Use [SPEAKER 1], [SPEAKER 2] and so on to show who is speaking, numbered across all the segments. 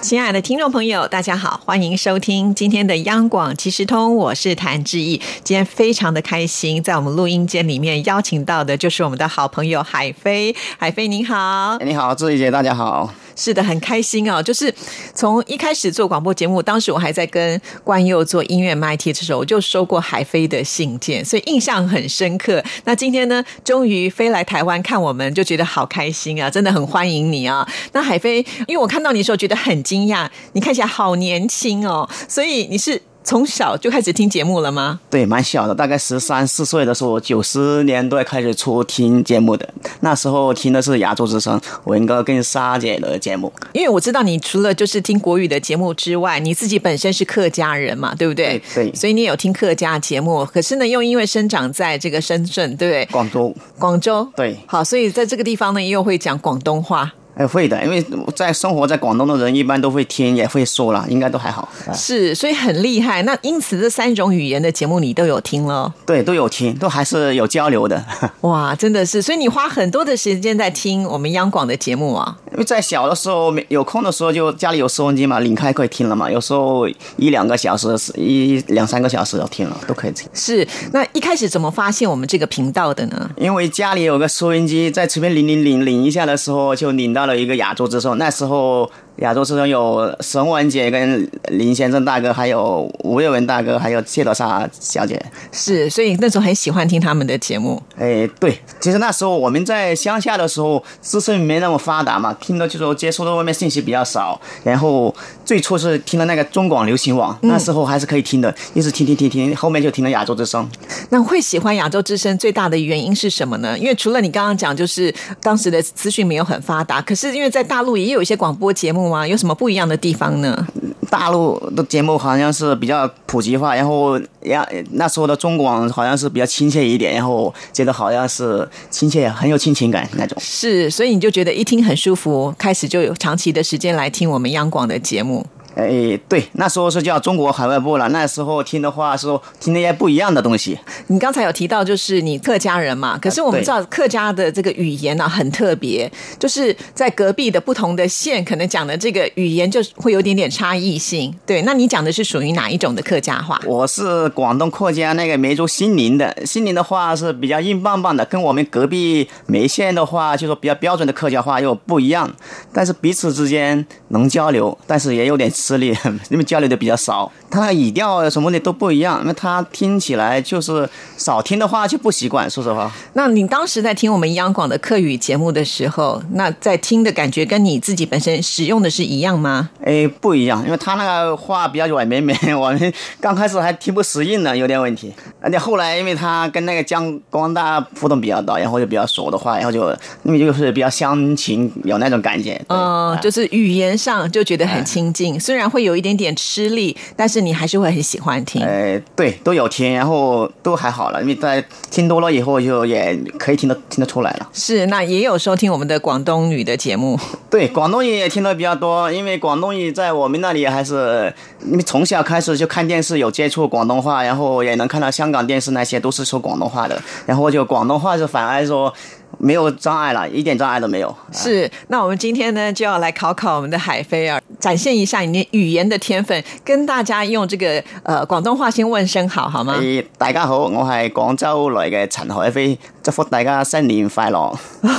[SPEAKER 1] 亲爱的听众朋友，大家好，欢迎收听今天的央广即时通，我是谭志毅。今天非常的开心，在我们录音间里面邀请到的就是我们的好朋友海飞。海飞您 好，
[SPEAKER 2] 哎你好，志怡姐，大家好。
[SPEAKER 1] 是的，很开心哦。就是从一开始做广播节目，当时我还在跟冠佑做音乐麦贴的时候，我就收过海飞的信件，所以印象很深刻。那今天呢，终于飞来台湾看我们，就觉得好开心啊！真的很欢迎你啊。那海飞，因为我看到你的时候觉得很惊讶，你看起来好年轻哦，所以你是从小就开始听节目了吗？
[SPEAKER 2] 对，蛮小的，大概十三四岁的时候，九十年代开始初听节目的，那时候听的是《亚洲之声》，文哥跟沙姐的节目。
[SPEAKER 1] 因为我知道你除了就是听国语的节目之外，你自己本身是客家人嘛，对不对？
[SPEAKER 2] 对对
[SPEAKER 1] 所以你也有听客家节目，可是呢，又因为生长在这个深圳，对不对？
[SPEAKER 2] 广州，
[SPEAKER 1] 广州，
[SPEAKER 2] 对
[SPEAKER 1] 好，所以在这个地方呢，又会讲广东话。
[SPEAKER 2] 哎，会的，因为在生活在广东的人一般都会听，也会说啦，应该都还好。啊
[SPEAKER 1] 是，所以很厉害。那因此这三种语言的节目你都有听了，
[SPEAKER 2] 对，都有听，都还是有交流的。
[SPEAKER 1] 哇，真的是，所以你花很多的时间在听我们央广的节目啊。
[SPEAKER 2] 因为在小的时候没有空的时候，就家里有收音机嘛，拧开可以听了嘛，有时候一两个小时，一两三个小时要听了，都可以听。
[SPEAKER 1] 是，那一开始怎么发现我们这个频道的呢？
[SPEAKER 2] 因为家里有个收音机，在随便拧拧拧拧一下的时候，就拧到了一个亚洲之声。那时候亚洲之声有沈文姐跟林先生大哥，还有吴月文大哥，还有谢德莎小姐。
[SPEAKER 1] 是，所以那时候很喜欢听他们的节目。
[SPEAKER 2] 哎，对，其实那时候我们在乡下的时候，资讯没那么发达嘛，听的就说接收到外面信息比较少。然后最初是听了那个中广流行网，那时候还是可以听的，一直听听听听，后面就听了亚洲之声。
[SPEAKER 1] 那会喜欢亚洲之声最大的原因是什么呢？因为除了你刚刚讲，就是当时的资讯没有很发达，可是因为在大陆也有一些广播节目啊，有什么不一样的地方呢？
[SPEAKER 2] 大陆的节目好像是比较普及化，然后呀，那时候的中广好像是比较亲切一点，然后觉得好像是亲切，很有亲情感那种。
[SPEAKER 1] 是，所以你就觉得一听很舒服，哦开始就有长期的时间来听我们央广的节目。
[SPEAKER 2] 哎，对，那时候是叫中国海外部了，那时候听的话是听那些不一样的东西。
[SPEAKER 1] 你刚才有提到，就是你客家人嘛，可是我们
[SPEAKER 2] 对
[SPEAKER 1] 知道客家的这个语言呢、啊、很特别，就是在隔壁的不同的县，可能讲的这个语言就会有点点差异性。对，那你讲的是属于哪一种的客家话？
[SPEAKER 2] 我是广东客家那个梅州新宁的，新宁的话是比较硬邦邦的，跟我们隔壁梅县的话，就说比较标准的客家话又不一样。但是彼此之间能交流，但是也有点吃力， 因为交流的比较少。他那个语调什么的都不一样，那他听起来就是少听的话就不习惯。说实话，
[SPEAKER 1] 那你当时在听我们央广的客语节目的时候，那在听的感觉跟你自己本身使用的是一样吗？
[SPEAKER 2] 哎，不一样，因为他那个话比较软绵 绵，我们刚开始还听不适应呢，有点问题。而且后来，因为他跟那个江光大互动比较多，然后就比较熟的话，然后就因为就是比较乡情，有那种感觉。对
[SPEAKER 1] 嗯，
[SPEAKER 2] 啊
[SPEAKER 1] 就是语言上就觉得很亲近，虽然会有一点点吃力，但是你还是会很喜欢听。
[SPEAKER 2] 呃，对，都有听，然后都还好了，因为大家听多了以后就也可以听得听得出来了。
[SPEAKER 1] 是，那也有收听我们的广东语的节目，
[SPEAKER 2] 对，广东语也听得比较多，因为广东语在我们那里还是，因为从小开始就看电视有接触广东话，然后也能看到香港电视那些都是说广东话的，然后就广东话就反而说没有障碍了，一点障碍都没有。
[SPEAKER 1] 是。那我们今天呢，就要来考考我们的海飞儿，展现一下你的语言的天分，跟大家用这个呃广东话先问声好，好吗？
[SPEAKER 2] 诶哎大家好，我係廣州來嘅陳海飛，祝福大家新年快樂。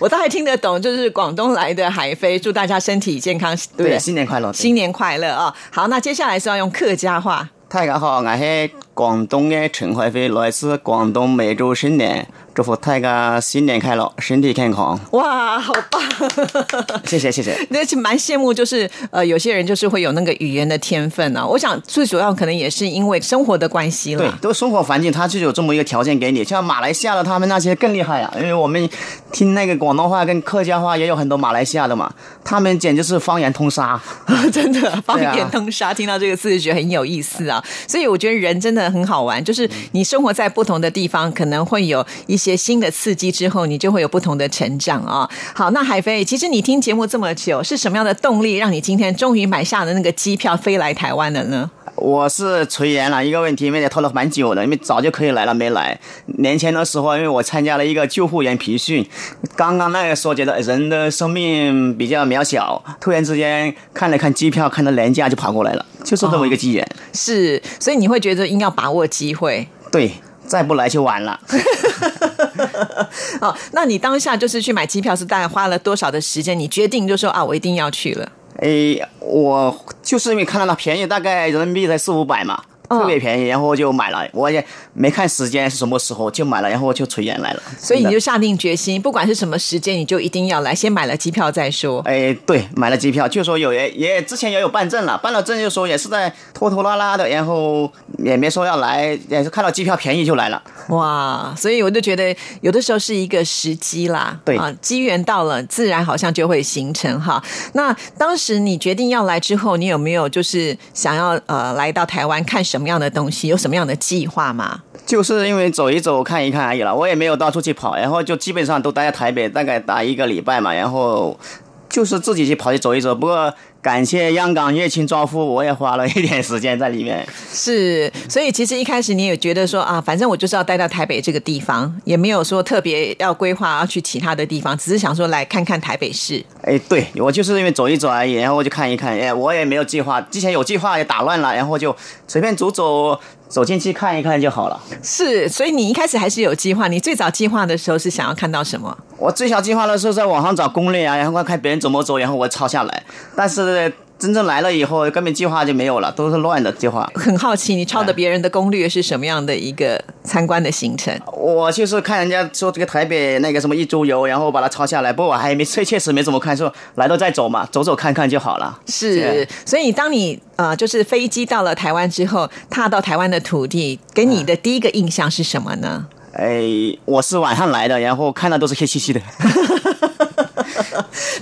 [SPEAKER 1] 我大概听得懂，就是广东来的海飞，祝大家身体健康，对不
[SPEAKER 2] 對，
[SPEAKER 1] 对？
[SPEAKER 2] 新年快樂。
[SPEAKER 1] 新年快乐啊、好，那接下来是要用客家话。
[SPEAKER 2] 大家好，我係廣東嘅陳海飛，來自廣東梅州新寧，祝福大家新年快樂，身體健康。
[SPEAKER 1] 哇，好棒！
[SPEAKER 2] 謝謝，謝謝。
[SPEAKER 1] 那是蛮羡慕，就是呃，有些人就是会有那个语言的天分啊。我想最主要可能也是因为生活的关系
[SPEAKER 2] 对
[SPEAKER 1] 啦，。
[SPEAKER 2] 都生活环境，它就有这么一个条件给你。像马来西亚的他们那些更厉害啊呀、因为我们听那个广东话跟客家话也有很多马来西亚的嘛，他们简直是方言通杀。
[SPEAKER 1] 真的方
[SPEAKER 2] 对啊
[SPEAKER 1] 言通杀，听到这个字就觉得很有意思啊。所以我觉得人真的很好玩，就是你生活在不同的地方，可能会有一些新的刺激之后，你就会有不同的成长啊、好，那海飞，其实你听节目这么久，是什么样的动力让你今天终于买下了那个机票飞来台湾了呢？
[SPEAKER 2] 我是垂涎了一个问题，因为也拖了蛮久的，因为早就可以来了没来。年前的时候，因为我参加了一个救护员培训，刚刚那个时候觉得人的生命比较渺小，突然之间看了看机票，看到廉价就跑过来了，就是这么一个机缘。
[SPEAKER 1] 是，所以你会觉得应该要把握机会。
[SPEAKER 2] 对，再不来就晚了。
[SPEAKER 1] 哦，那你当下就是去买机票，是大概花了多少的时间？你决定就说啊，我一定要去了。
[SPEAKER 2] 诶，我就是因为看到它便宜，大概人民币才四五百嘛，
[SPEAKER 1] 嗯
[SPEAKER 2] 特别便宜，然后就买了。我也没看时间是什么时候就买了，然后就垂涎来了。
[SPEAKER 1] 所以你
[SPEAKER 2] 真
[SPEAKER 1] 就
[SPEAKER 2] 的
[SPEAKER 1] 下定决心，不管是什么时间，你就一定要来，先买了机票再说。
[SPEAKER 2] 哎，对，买了机票，就说有也也之前也有办证了，办了证就说也是在拖拖拉拉的，然后也没说要来，也是看到机票便宜就来了。
[SPEAKER 1] 哇，所以我就觉得有的时候是一个时机啦，
[SPEAKER 2] 对
[SPEAKER 1] 啊，机缘到了，自然好像就会形成哈。那当时你决定要来之后，你有没有就是想要呃来到台湾看什么样的东西，有什么样的计划吗？
[SPEAKER 2] 就是因为走一走看一看而已了，我也没有到处去跑，然后就基本上都待在台北，大概待一个礼拜嘛，然后就是自己去跑去走一走。不过感谢央港热情招呼，我也花了一点时间在里面。
[SPEAKER 1] 是，所以其实一开始你也觉得说啊，反正我就是要待到台北这个地方，也没有说特别要规划要去其他的地方，只是想说来看看台北市。
[SPEAKER 2] 哎，对我就是因为走一走而已，然后就看一看，哎，我也没有计划，之前有计划也打乱了，然后就随便走走，走进去看一看就好了。
[SPEAKER 1] 是，所以你一开始还是有计划。你最早计划的时候是想要看到什么？
[SPEAKER 2] 我最小计划的时候在网上找攻略啊，然后看别人怎么走，然后我抄下来。但是真正来了以后，根本计划就没有了，都是乱的计划。
[SPEAKER 1] 很好奇，你抄的别人的攻略是什么样的一个参观的行程？
[SPEAKER 2] 我就是看人家说这个台北那个什么一周游，然后把它抄下来。不过我还没确确实没怎么看，说来了再走嘛，走走看看就好了。
[SPEAKER 1] 是，所以当你呃，就是飞机到了台湾之后，踏到台湾的土地，给你的第一个印象是什么呢？
[SPEAKER 2] 哎，我是晚上来的，然后看到都是黑漆漆的。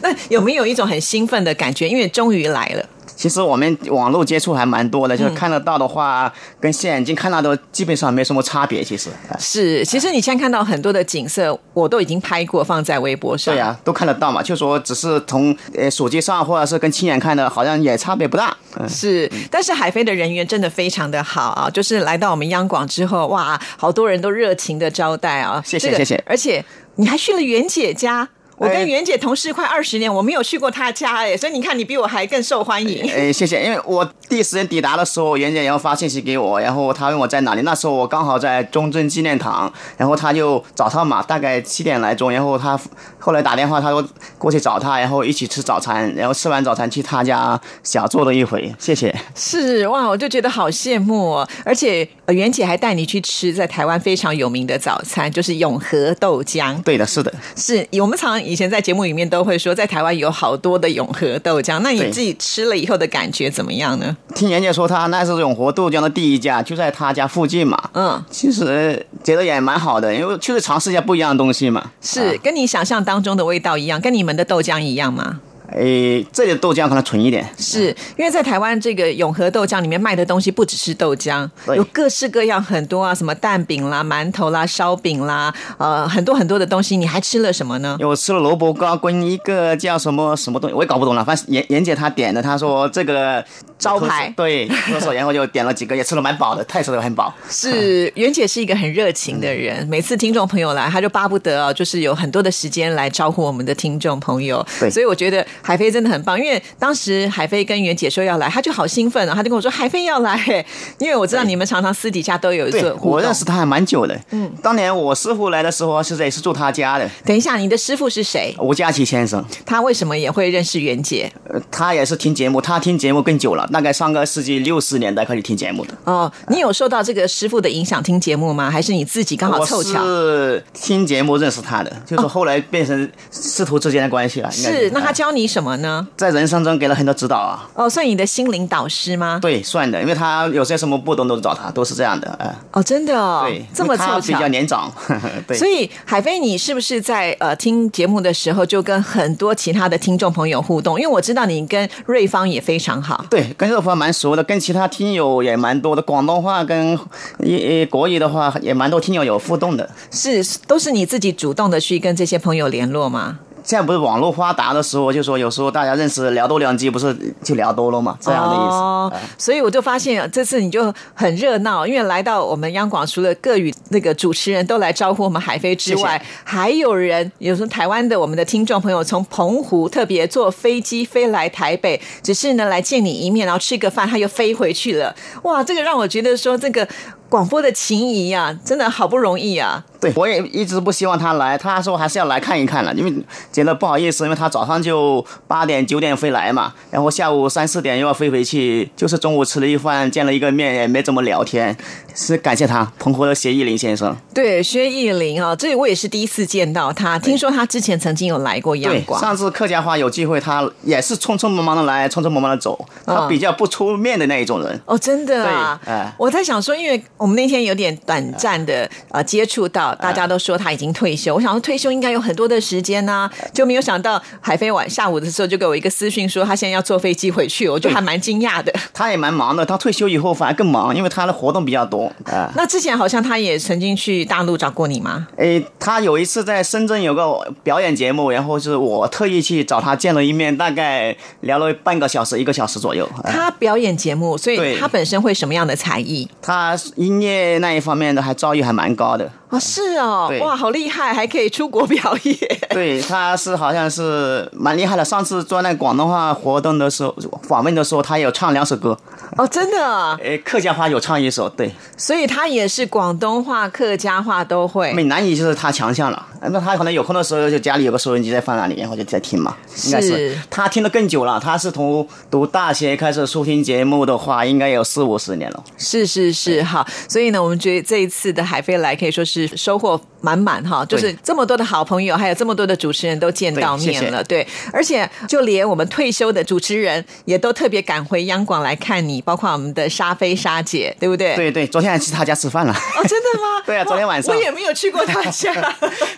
[SPEAKER 1] 那有没有一种很兴奋的感觉？因为终于来了。
[SPEAKER 2] 其实我们网络接触还蛮多的，就是看得到的话，跟现眼睛看到的基本上没什么差别。其实，哎
[SPEAKER 1] 是，其实你现在看到很多的景色，我都已经拍过放在微博上。
[SPEAKER 2] 对呀、啊都看得到嘛。就说只是从呃手机上或者是跟亲眼看的，好像也差别不大。嗯，
[SPEAKER 1] 是，但是海飞的人缘真的非常的好啊！就是来到我们央广之后，哇，好多人都热情的招待啊！
[SPEAKER 2] 谢谢
[SPEAKER 1] 这个
[SPEAKER 2] 谢谢
[SPEAKER 1] 而且你还去了袁姐家，我
[SPEAKER 2] 哎
[SPEAKER 1] 跟袁姐同事快二十年，我没有去过她家哎、所以你看你比我还更受欢迎。
[SPEAKER 2] 哎，谢谢，因为我第一时间抵达的时候，袁姐然后发信息给我，然后她问我在哪里，那时候我刚好在中正纪念堂，然后她就找她嘛，大概七点来钟，然后她后来打电话，她说过去找她，然后一起吃早餐，然后吃完早餐去她家小坐了一回，谢谢。
[SPEAKER 1] 是哇，我就觉得好羡慕哦！而且呃袁姐还带你去吃在台湾非常有名的早餐，就是永和豆浆。
[SPEAKER 2] 对的，是的，
[SPEAKER 1] 是我们常以前在节目里面都会说，在台湾有好多的永和豆浆，那你
[SPEAKER 2] 对
[SPEAKER 1] 自己吃了以后的感觉怎么样呢？
[SPEAKER 2] 听袁姐说她那是永和豆浆的第一家，就在她家附近嘛。
[SPEAKER 1] 嗯，
[SPEAKER 2] 其实觉得也蛮好的，因为就是尝试一下不一样的东西嘛。啊
[SPEAKER 1] 是跟你想象当中的味道一样，跟你们的豆浆一样吗？
[SPEAKER 2] 诶，哎这里的豆浆可能纯一点，
[SPEAKER 1] 是因为在台湾这个永和豆浆里面卖的东西不只是豆浆，
[SPEAKER 2] 对
[SPEAKER 1] 有各式各样很多啊，什么蛋饼啦、馒头啦、烧饼啦，呃，很多很多的东西。你还吃了什么 呢？
[SPEAKER 2] 有吃了萝卜糕跟一个叫什么什么东西，我也搞不懂了。反正妍妍姐她点的，她说这 个
[SPEAKER 1] 招牌
[SPEAKER 2] 对，特色，然后就点了几个，也吃了蛮饱的，太吃了很饱。
[SPEAKER 1] 是袁姐是一个很热情的人，每次听众朋友来，她就巴不得哦，就是有很多的时间来招呼我们的听众朋友。
[SPEAKER 2] 对
[SPEAKER 1] 所以我觉得海飞真的很棒，因为当时海飞跟袁姐说要来，她就好兴奋哦，她就跟我说海飞要来， 嘿因为我知道你们常常私底下都有一
[SPEAKER 2] 对
[SPEAKER 1] 次，互
[SPEAKER 2] 我认
[SPEAKER 1] 动。
[SPEAKER 2] 识她还蛮久的。嗯，当年我师傅来的时候，是在也是住他家的，
[SPEAKER 1] 等一下，你的师傅是谁？
[SPEAKER 2] 吴佳琪先生，
[SPEAKER 1] 他为什么也会认识袁姐？
[SPEAKER 2] 呃他也是听节目，他听节目更久了，大概上个世纪六十年代开始听节目的。
[SPEAKER 1] 哦，你有受到这个师傅的影响听节目吗？还是你自己刚好
[SPEAKER 2] 我
[SPEAKER 1] 凑巧？
[SPEAKER 2] 是听节目认识他的，就是后来变成师徒之间的关系了。应该
[SPEAKER 1] 是，那他
[SPEAKER 2] 哎
[SPEAKER 1] 教你什么呢？
[SPEAKER 2] 在人生中给了很多指导啊。
[SPEAKER 1] 哦，算你的心灵导师吗？
[SPEAKER 2] 对，算的，因为他有些什么不懂都找他，都是这样的，哎、
[SPEAKER 1] 哦，真的哦
[SPEAKER 2] 对，，
[SPEAKER 1] 这么
[SPEAKER 2] 因为他
[SPEAKER 1] 凑
[SPEAKER 2] 比
[SPEAKER 1] 巧
[SPEAKER 2] 较。年长， 呵呵对，
[SPEAKER 1] 所以海飞，你是不是在呃听节目的时候就跟很多其他的听众朋友互动？因为我知道道你跟瑞芳也非常好。
[SPEAKER 2] 对，跟热话蛮熟的，跟其他听友也蛮多的。广东话跟一呃国语的话也蛮多听友有互动的。
[SPEAKER 1] 是都是你自己主动的去跟这些朋友联络吗？
[SPEAKER 2] 现在不是网络发达的时候，就说有时候大家认识聊多两句，不是就聊多了嘛，这样的意思。哎
[SPEAKER 1] 哦，所以我就发现这次你就很热闹，因为来到我们央广，除了各语那个主持人都来招呼我们海飞之外，还有人，有时候台湾的我们的听众朋友从澎湖特别坐飞机飞来台北，只是呢来见你一面，然后吃个饭，他又飞回去了。哇，这个让我觉得说这个广播的情谊啊，真的好不容易啊。
[SPEAKER 2] 对，我也一直不希望他来，他说还是要来看一看了，因为觉得不好意思，因为他早上就八点九点飞来嘛，然后下午三四点又要飞回去，就是中午吃了一饭，见了一个面，也没怎么聊天，是感谢他，澎湖的协义林先生。
[SPEAKER 1] 对，薛逸林啊，这我也是第一次见到他，听说他之前曾经有来过央
[SPEAKER 2] 对，
[SPEAKER 1] 广。
[SPEAKER 2] 上次客家话有机会，他也是匆匆忙忙的来，匆匆忙忙的走，他
[SPEAKER 1] 嗯
[SPEAKER 2] 比较不出面的那一种人。
[SPEAKER 1] 哦，真的啊！
[SPEAKER 2] 对哎嗯
[SPEAKER 1] 我在想说，因为我们那天有点短暂的呃接触到，大家都说他已经退休，我想说退休应该有很多的时间呐、就没有想到海飞晚下午的时候就给我一个私讯说他现在要坐飞机回去，我就还蛮惊讶的。
[SPEAKER 2] 他也蛮忙的，他退休以后反而更忙，因为他的活动比较多。啊、
[SPEAKER 1] 那之前好像他也曾经去大陆找过你吗？
[SPEAKER 2] 诶，他有一次在深圳有个表演节目，然后就是我特意去找他见了一面，大概聊了半个小时、一个小时左右。哎
[SPEAKER 1] 他表演节目，所以
[SPEAKER 2] 对嗯
[SPEAKER 1] 他本身会什么样的才艺？
[SPEAKER 2] 他音乐那一方面的还造诣还蛮高的，
[SPEAKER 1] 哦，是哦
[SPEAKER 2] 对，
[SPEAKER 1] 哇，好厉害，还可以出国表演。
[SPEAKER 2] 对，他是好像是蛮厉害的。上次做那广东话活动的时候，访问的时候，他有唱两首歌，
[SPEAKER 1] 哦，真的啊，
[SPEAKER 2] 诶，客家话有唱一首，对，
[SPEAKER 1] 所以他也是广东话、客家话都会。
[SPEAKER 2] 闽南语就是他强项了。哎那他可能有空的时候，就家里有个收音机在放那里，然后就在听嘛。应该是
[SPEAKER 1] 是
[SPEAKER 2] 他听的更久了，他是从读大学开始收听节目的话，应该有四五十年了。
[SPEAKER 1] 是是是，好，所以呢，我们觉得这一次的海飞来可以说是收获满满哈，就
[SPEAKER 2] 对
[SPEAKER 1] 是这么多的好朋友，还有这么多的主持人都见到
[SPEAKER 2] 对谢
[SPEAKER 1] 面
[SPEAKER 2] 谢
[SPEAKER 1] 了，对而且就连我们退休的主持人也都特别赶回央广来看你，包括我们的沙飞沙姐，对不对？
[SPEAKER 2] 对对，昨天还去他家 吃饭了，？
[SPEAKER 1] 哦，真的吗
[SPEAKER 2] 对啊昨天晚上
[SPEAKER 1] 我也没有去过她 家，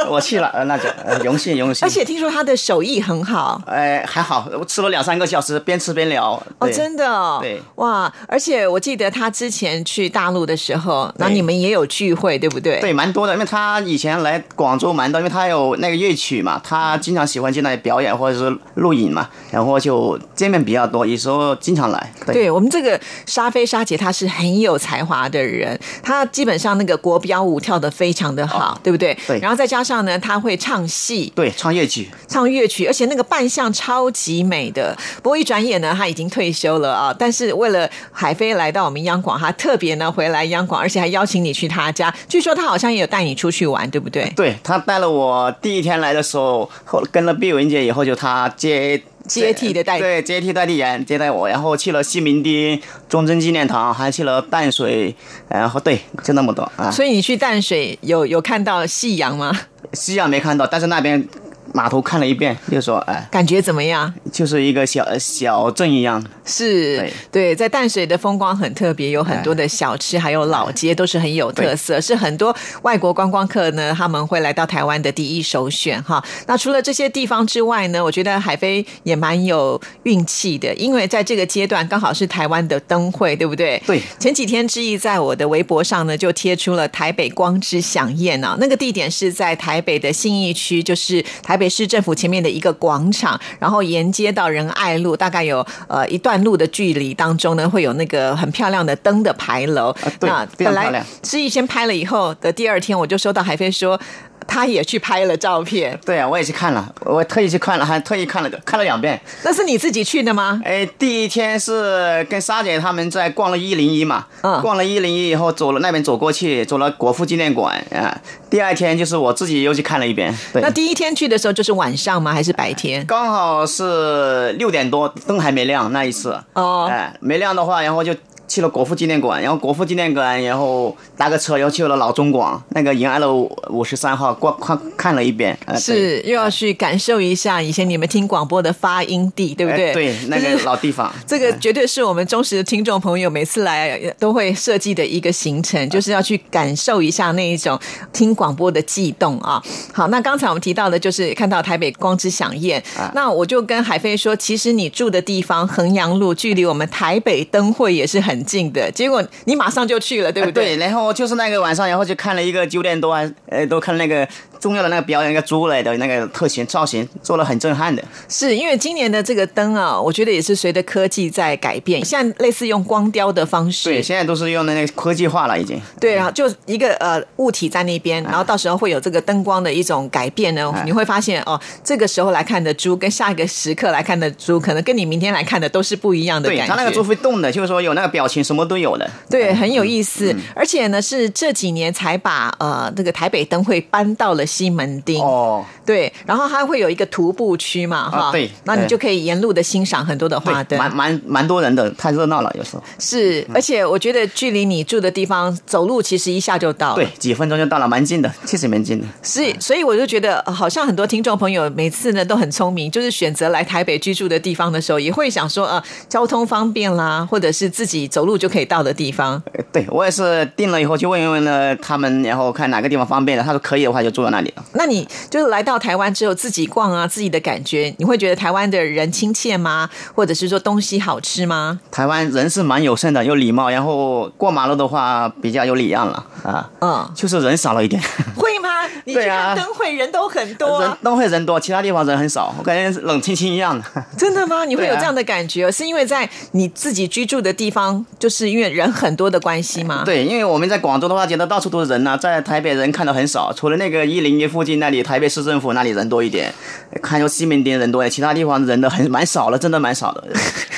[SPEAKER 2] 我去了，呃，那就呃荣幸荣幸。
[SPEAKER 1] 而且听说她的手艺很好。
[SPEAKER 2] 哎、还好，我吃了两三个小时，边吃边聊。
[SPEAKER 1] 哦，
[SPEAKER 2] 对
[SPEAKER 1] 真的哦，
[SPEAKER 2] 对
[SPEAKER 1] 哇！而且我记得她之前去大陆的时候，然后
[SPEAKER 2] 对
[SPEAKER 1] 你们也有聚会，对不对？
[SPEAKER 2] 对，蛮多的，因为他以前来广州蛮多，因为他有那个乐曲嘛，他经常喜欢去那里表演或者是录影嘛，然后就见面比较多，有时候经常来。对
[SPEAKER 1] 对我们这个沙菲沙姐，她是很有才华的人，她基本上那个国标舞跳得非常的好，对不对？
[SPEAKER 2] 哦对
[SPEAKER 1] 然后再加上呢，她会唱戏、
[SPEAKER 2] 对，唱乐曲。
[SPEAKER 1] 唱乐曲，而且那个扮相超级美的。不过一转眼呢，她已经退休了啊。但是为了海飞来到我们央广，她特别呢回来央广，而且还邀请你去她家。据说她好像也有带你出去玩，对不对？
[SPEAKER 2] 对他带了我第一天来的时候，后跟了毕文姐以后，就他接
[SPEAKER 1] 接替的代
[SPEAKER 2] 对接替代理人接待我，然后去了西门町忠贞纪念堂，还去了淡水，然后对，就那么多啊。
[SPEAKER 1] 所以你去淡水有有看到夕阳吗？
[SPEAKER 2] 西洋没看到，但是那边码头看了一遍，就说哎，
[SPEAKER 1] 感觉怎么样？
[SPEAKER 2] 就是一个小小镇一样。
[SPEAKER 1] 是
[SPEAKER 2] 对
[SPEAKER 1] 在淡水的风光很特别，有很多的小吃，还有老街都是很有特色，是很多外国观光客呢他们会来到台湾的第一首选哈。那除了这些地方之外呢，我觉得海飞也蛮有运气的，因为在这个阶段刚好是台湾的灯会，对不对？
[SPEAKER 2] 对
[SPEAKER 1] 前几天之意在我的微博上呢就贴出了台北光之响宴啊，那个地点是在台北的信义区，就是台北市政府前面的一个广场，然后沿街到仁爱路，大概有呃一段路的距离当中呢，会有那个很漂亮的灯的牌楼。
[SPEAKER 2] 啊对
[SPEAKER 1] 那
[SPEAKER 2] 非
[SPEAKER 1] 本
[SPEAKER 2] 常漂
[SPEAKER 1] 来
[SPEAKER 2] 亮
[SPEAKER 1] 之意先拍了以后的第二天，我就收到海飞说他也去拍了照片，
[SPEAKER 2] 对啊，我也去看了，我特意去看了，还特意看了看了两遍。
[SPEAKER 1] 那是你自己去的吗？
[SPEAKER 2] 哎，第一天是跟沙姐他们在逛了一零一嘛，
[SPEAKER 1] 嗯
[SPEAKER 2] 逛了一零一以后走了那边走过去，走了国父纪念馆啊。第二天就是我自己又去看了一遍，对
[SPEAKER 1] 那，第一天去的时候就是晚上吗？还是白天？
[SPEAKER 2] 刚好是六点多，灯还没亮那一次，
[SPEAKER 1] 哦
[SPEAKER 2] 哎，没亮的话，然后就去了国父纪念馆，然后国父纪念馆，然后搭个车，又去了老中广那个延安路五十三号，逛看看了一遍，呃、
[SPEAKER 1] 是又要去感受一下以前你们听广播的发音地，对不对？
[SPEAKER 2] 哎对那
[SPEAKER 1] 就是
[SPEAKER 2] 个老地方，
[SPEAKER 1] 这个
[SPEAKER 2] 哎
[SPEAKER 1] 绝对是我们忠实的听众朋友每次来都会设计的一个行
[SPEAKER 2] 嗯
[SPEAKER 1] 程，就是要去感受一下那一种听广播的悸动啊。好，那刚才我们提到的就是看到台北光之响宴，
[SPEAKER 2] 啊
[SPEAKER 1] 那我就跟海飞说，其实你住的地方衡阳路距离我们台北灯会也是很近的，结果你马上就去了，对不
[SPEAKER 2] 哎对？然后就是那个晚上，然后就看了一个九点多还呃，都看了那个重要的那个表演，那个猪来的那个特型造型，做了很震撼的。
[SPEAKER 1] 是因为今年的这个灯啊，我觉得也是随着科技在改变，现在类似用光雕的方式，
[SPEAKER 2] 对，现在都是用的那个科技化了，已经。
[SPEAKER 1] 对啊，就一个呃物体在那
[SPEAKER 2] 哎
[SPEAKER 1] 边，然后到时候会有这个灯光的一种改变呢，你会发现哦，这个时候来看的猪跟下一个时刻来看的猪，可能跟你明天来看的都是不一样的
[SPEAKER 2] 对
[SPEAKER 1] 感
[SPEAKER 2] 他那个
[SPEAKER 1] 觉。
[SPEAKER 2] 猪哎嗯会动的，就是说有那个表情，什么都有的。
[SPEAKER 1] 对，很有意思，而且呢是这几年才把呃那个台北灯会搬到了西门町，
[SPEAKER 2] 哦，啊
[SPEAKER 1] 对，然后它会有一个徒步区嘛，哈、
[SPEAKER 2] 对
[SPEAKER 1] 那你
[SPEAKER 2] 对
[SPEAKER 1] 就可以沿路的欣赏很多的花
[SPEAKER 2] 对，
[SPEAKER 1] 灯，
[SPEAKER 2] 蛮蛮蛮多人的，太热闹了，有时候。
[SPEAKER 1] 是，而且我觉得距离你住的地方走路其实一下就到了，
[SPEAKER 2] 对，几分钟就到了，蛮近的，确实蛮近的。
[SPEAKER 1] 是，所以我就觉得，呃好像很多听众朋友每次呢都很聪明，就是选择来台北居住的地方的时候，也会想说，呃，交通方便啦，或者是自己走路就可以到的地方。
[SPEAKER 2] 呃对我也是定了以后就问一问了他们，然后看哪个地方方便了。他说可以的话就住到那里了。
[SPEAKER 1] 那你就是来到台湾之后自己逛啊，自己的感觉，你会觉得台湾的人亲切吗？或者是说东西好吃吗？
[SPEAKER 2] 台湾人是蛮友善的，有礼貌，然后过马路的话比较有礼让了啊，
[SPEAKER 1] 嗯，
[SPEAKER 2] 就是人少了一点。
[SPEAKER 1] 会吗？你去
[SPEAKER 2] 对啊
[SPEAKER 1] 看灯会人都很多啊、
[SPEAKER 2] 人都会人多，其他地方人很少，我感觉冷清清一样的。
[SPEAKER 1] 真的吗？你会有
[SPEAKER 2] 对啊
[SPEAKER 1] 这样的感觉？是因为在你自己居住的地方，就是因为人很多的关系吗？
[SPEAKER 2] 对，因为我们在广州的话，觉得到处都是人呐、啊在台北人看的很少，除了那个一零一附近那里，台北市政府那里人多一点，看有西门町人多一点，其他地方人的很蛮少了，真的蛮少 的，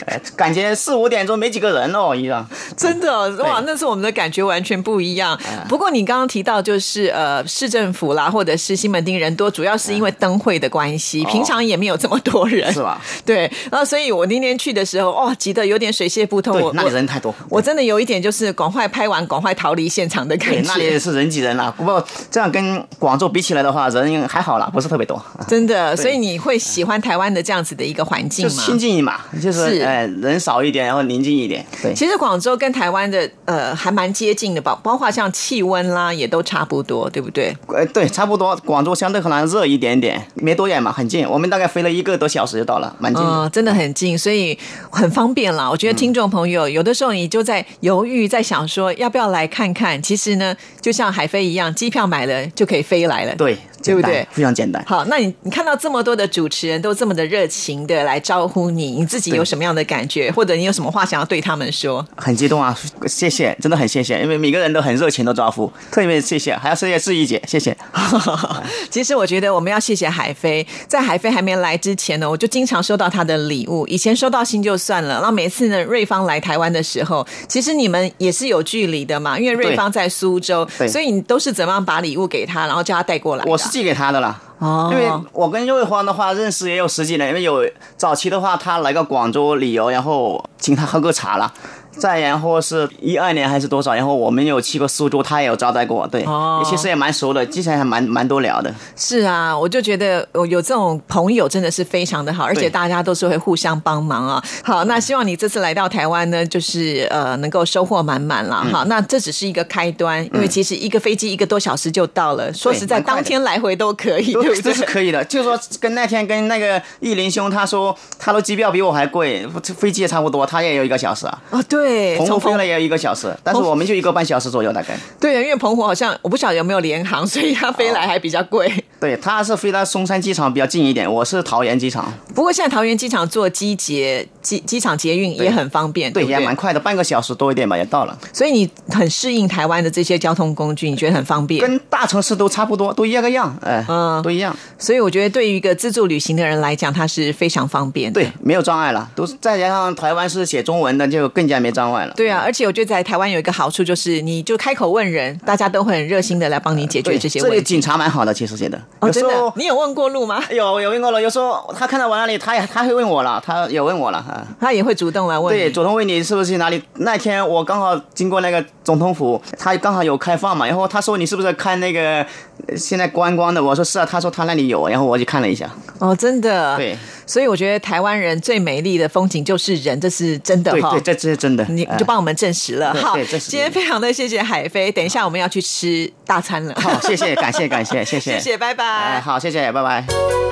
[SPEAKER 2] 哎感觉四五点钟没几个人哦，一样。
[SPEAKER 1] 真的哦哇，
[SPEAKER 2] 对啊
[SPEAKER 1] 那是我们的感觉完全不一样。不过你刚刚提到就是呃，市政府啦，或者是西门町人多，主要是因为灯会的关系，平常也没有这么多人，
[SPEAKER 2] 哦是吧？
[SPEAKER 1] 对，然后所以我那天去的时候，哇、急得有点水泄不通。
[SPEAKER 2] 对
[SPEAKER 1] 哦我，
[SPEAKER 2] 那里
[SPEAKER 1] 我
[SPEAKER 2] 人太多。
[SPEAKER 1] 我真的有一点就是赶快拍完，赶快逃离现场的
[SPEAKER 2] 对，
[SPEAKER 1] 感
[SPEAKER 2] 那里
[SPEAKER 1] 觉，
[SPEAKER 2] 是人挤人啦、不过这样跟广州比起来的话，人还好啦，不是特别多，
[SPEAKER 1] 真的。所以你会喜欢台湾的这样子的一个环境
[SPEAKER 2] 就
[SPEAKER 1] 吗？
[SPEAKER 2] 亲近嘛，就是
[SPEAKER 1] 是
[SPEAKER 2] 哎、人少一点，然后宁静一点。对，
[SPEAKER 1] 其实广州跟台湾的呃还蛮接近的吧，包括像气温啦也都差不多，对不对？
[SPEAKER 2] 呃，对，差不多。广州相对可能热一点点，没多远嘛，很近。我们大概飞了一个多小时就到了，蛮近的。
[SPEAKER 1] 嗯，真的很近，所以很方便啦。我觉得听众朋友、有的时候你就在犹豫，在想说要不要来看看。其实呢，就像海飞一样，机票买了就可以飞来了。
[SPEAKER 2] 对，
[SPEAKER 1] 对不
[SPEAKER 2] 简单
[SPEAKER 1] 对
[SPEAKER 2] 非常简单。
[SPEAKER 1] 好，那你你看到这么多的主持人都这么的热情的来招呼你，你自己有
[SPEAKER 2] 对
[SPEAKER 1] 什么样的感觉，或者你有什么话想要对他们说？
[SPEAKER 2] 很激动啊！谢谢，真的很谢谢，因为每个人都很热情的招呼，特别谢谢，还要谢谢志怡姐，谢谢。
[SPEAKER 1] 其实我觉得我们要谢谢海飞，在海飞还没来之前呢，我就经常收到他的礼物。以前收到信就算了，然后每次呢，瑞芳来台湾的时候，其实你们也是有距离的嘛，因为瑞芳在苏州，
[SPEAKER 2] 对
[SPEAKER 1] 所以你都是怎么样把礼物给他，然后叫他带过来的。
[SPEAKER 2] 我是寄给她的啦。
[SPEAKER 1] 哦
[SPEAKER 2] 因为我跟瑞欢的话认识也有十几年，因为有早期的话，她来个广州旅游，然后请她喝个茶啦。再然后是一二年还是多少，然后我们有去过苏州，她也有招待过，对，
[SPEAKER 1] 哦
[SPEAKER 2] 其实也蛮熟的，之前还蛮蛮多聊的。
[SPEAKER 1] 是啊，我就觉得有有这种朋友真的是非常的好，而且
[SPEAKER 2] 对嗯
[SPEAKER 1] 大家都是会互相帮忙啊。好，那希望你这次来到台湾呢，就是呃能够收获满满啦。
[SPEAKER 2] 嗯
[SPEAKER 1] 哈、那这只是一个开端，因为其实一个飞机一个多小时就到了，说实在，
[SPEAKER 2] 蛮快的
[SPEAKER 1] 当天来回都可 以，
[SPEAKER 2] 都
[SPEAKER 1] 对不
[SPEAKER 2] 都是
[SPEAKER 1] 对？
[SPEAKER 2] 可以的。就说跟那天跟那个玉林兄他说，他的机票比我还贵，这飞机也差不多，他也有一个小时啊。
[SPEAKER 1] 哦，对，
[SPEAKER 2] 澎湖
[SPEAKER 1] 从
[SPEAKER 2] 飞
[SPEAKER 1] 澎
[SPEAKER 2] 了也有一个小时，但是我们就一个半小时左右 大概。
[SPEAKER 1] 对，因为澎湖好像我不晓得有没有联航，所以它飞来还比较贵。
[SPEAKER 2] 对，他是飞到松山机场比较近一点，我是桃园机场，
[SPEAKER 1] 不过现在桃园机场坐机捷机机场捷运也很方便，对
[SPEAKER 2] 对，
[SPEAKER 1] 不对
[SPEAKER 2] 也蛮快的，半个小时多一点吧，也到了。
[SPEAKER 1] 所以你很适应台湾的这些交通工具，你觉得很方便？
[SPEAKER 2] 跟大城市都差不多，都一个样，哎，
[SPEAKER 1] 嗯
[SPEAKER 2] 都一样。
[SPEAKER 1] 所以我觉得对于一个自助旅行的人来讲，它是非常方便的。
[SPEAKER 2] 对，没有障碍了，都是再加上台湾是写中文的，就更加没障碍了。
[SPEAKER 1] 对啊，而且我觉得在台湾有一个好处就是，你就开口问人，大家都会很热心的来帮你解决
[SPEAKER 2] 对，
[SPEAKER 1] 这些
[SPEAKER 2] 这
[SPEAKER 1] 问
[SPEAKER 2] 里
[SPEAKER 1] 题。
[SPEAKER 2] 警察蛮好的，其实觉得
[SPEAKER 1] 哦，
[SPEAKER 2] 有时
[SPEAKER 1] 真的
[SPEAKER 2] 候，
[SPEAKER 1] 你有问过路 吗？
[SPEAKER 2] 哎有有问过了，有时候他看到我那里，他也他会问我了，他也问我了啊。
[SPEAKER 1] 他也会主动来问你。
[SPEAKER 2] 对，总统问你是不是去哪里？那天我刚好经过那个总统府，他刚好有开放嘛，然后他说你是不是看那个呃现在观光的？我说是啊，他说他那里有，然后我就看了一下。
[SPEAKER 1] 哦，真的。
[SPEAKER 2] 对，
[SPEAKER 1] 所以我觉得台湾人最美丽的风景就是人，这是真的
[SPEAKER 2] 对
[SPEAKER 1] 哈
[SPEAKER 2] 对，。这这是真的。
[SPEAKER 1] 你
[SPEAKER 2] 哎
[SPEAKER 1] 就帮我们证实了
[SPEAKER 2] 对
[SPEAKER 1] 好
[SPEAKER 2] 对证，实
[SPEAKER 1] 今天非常的谢谢海飞，等一下我们要去吃大餐了，
[SPEAKER 2] 好，谢谢，感谢感谢，谢谢，
[SPEAKER 1] 谢谢，拜拜。
[SPEAKER 2] 哎，好，谢谢，拜拜。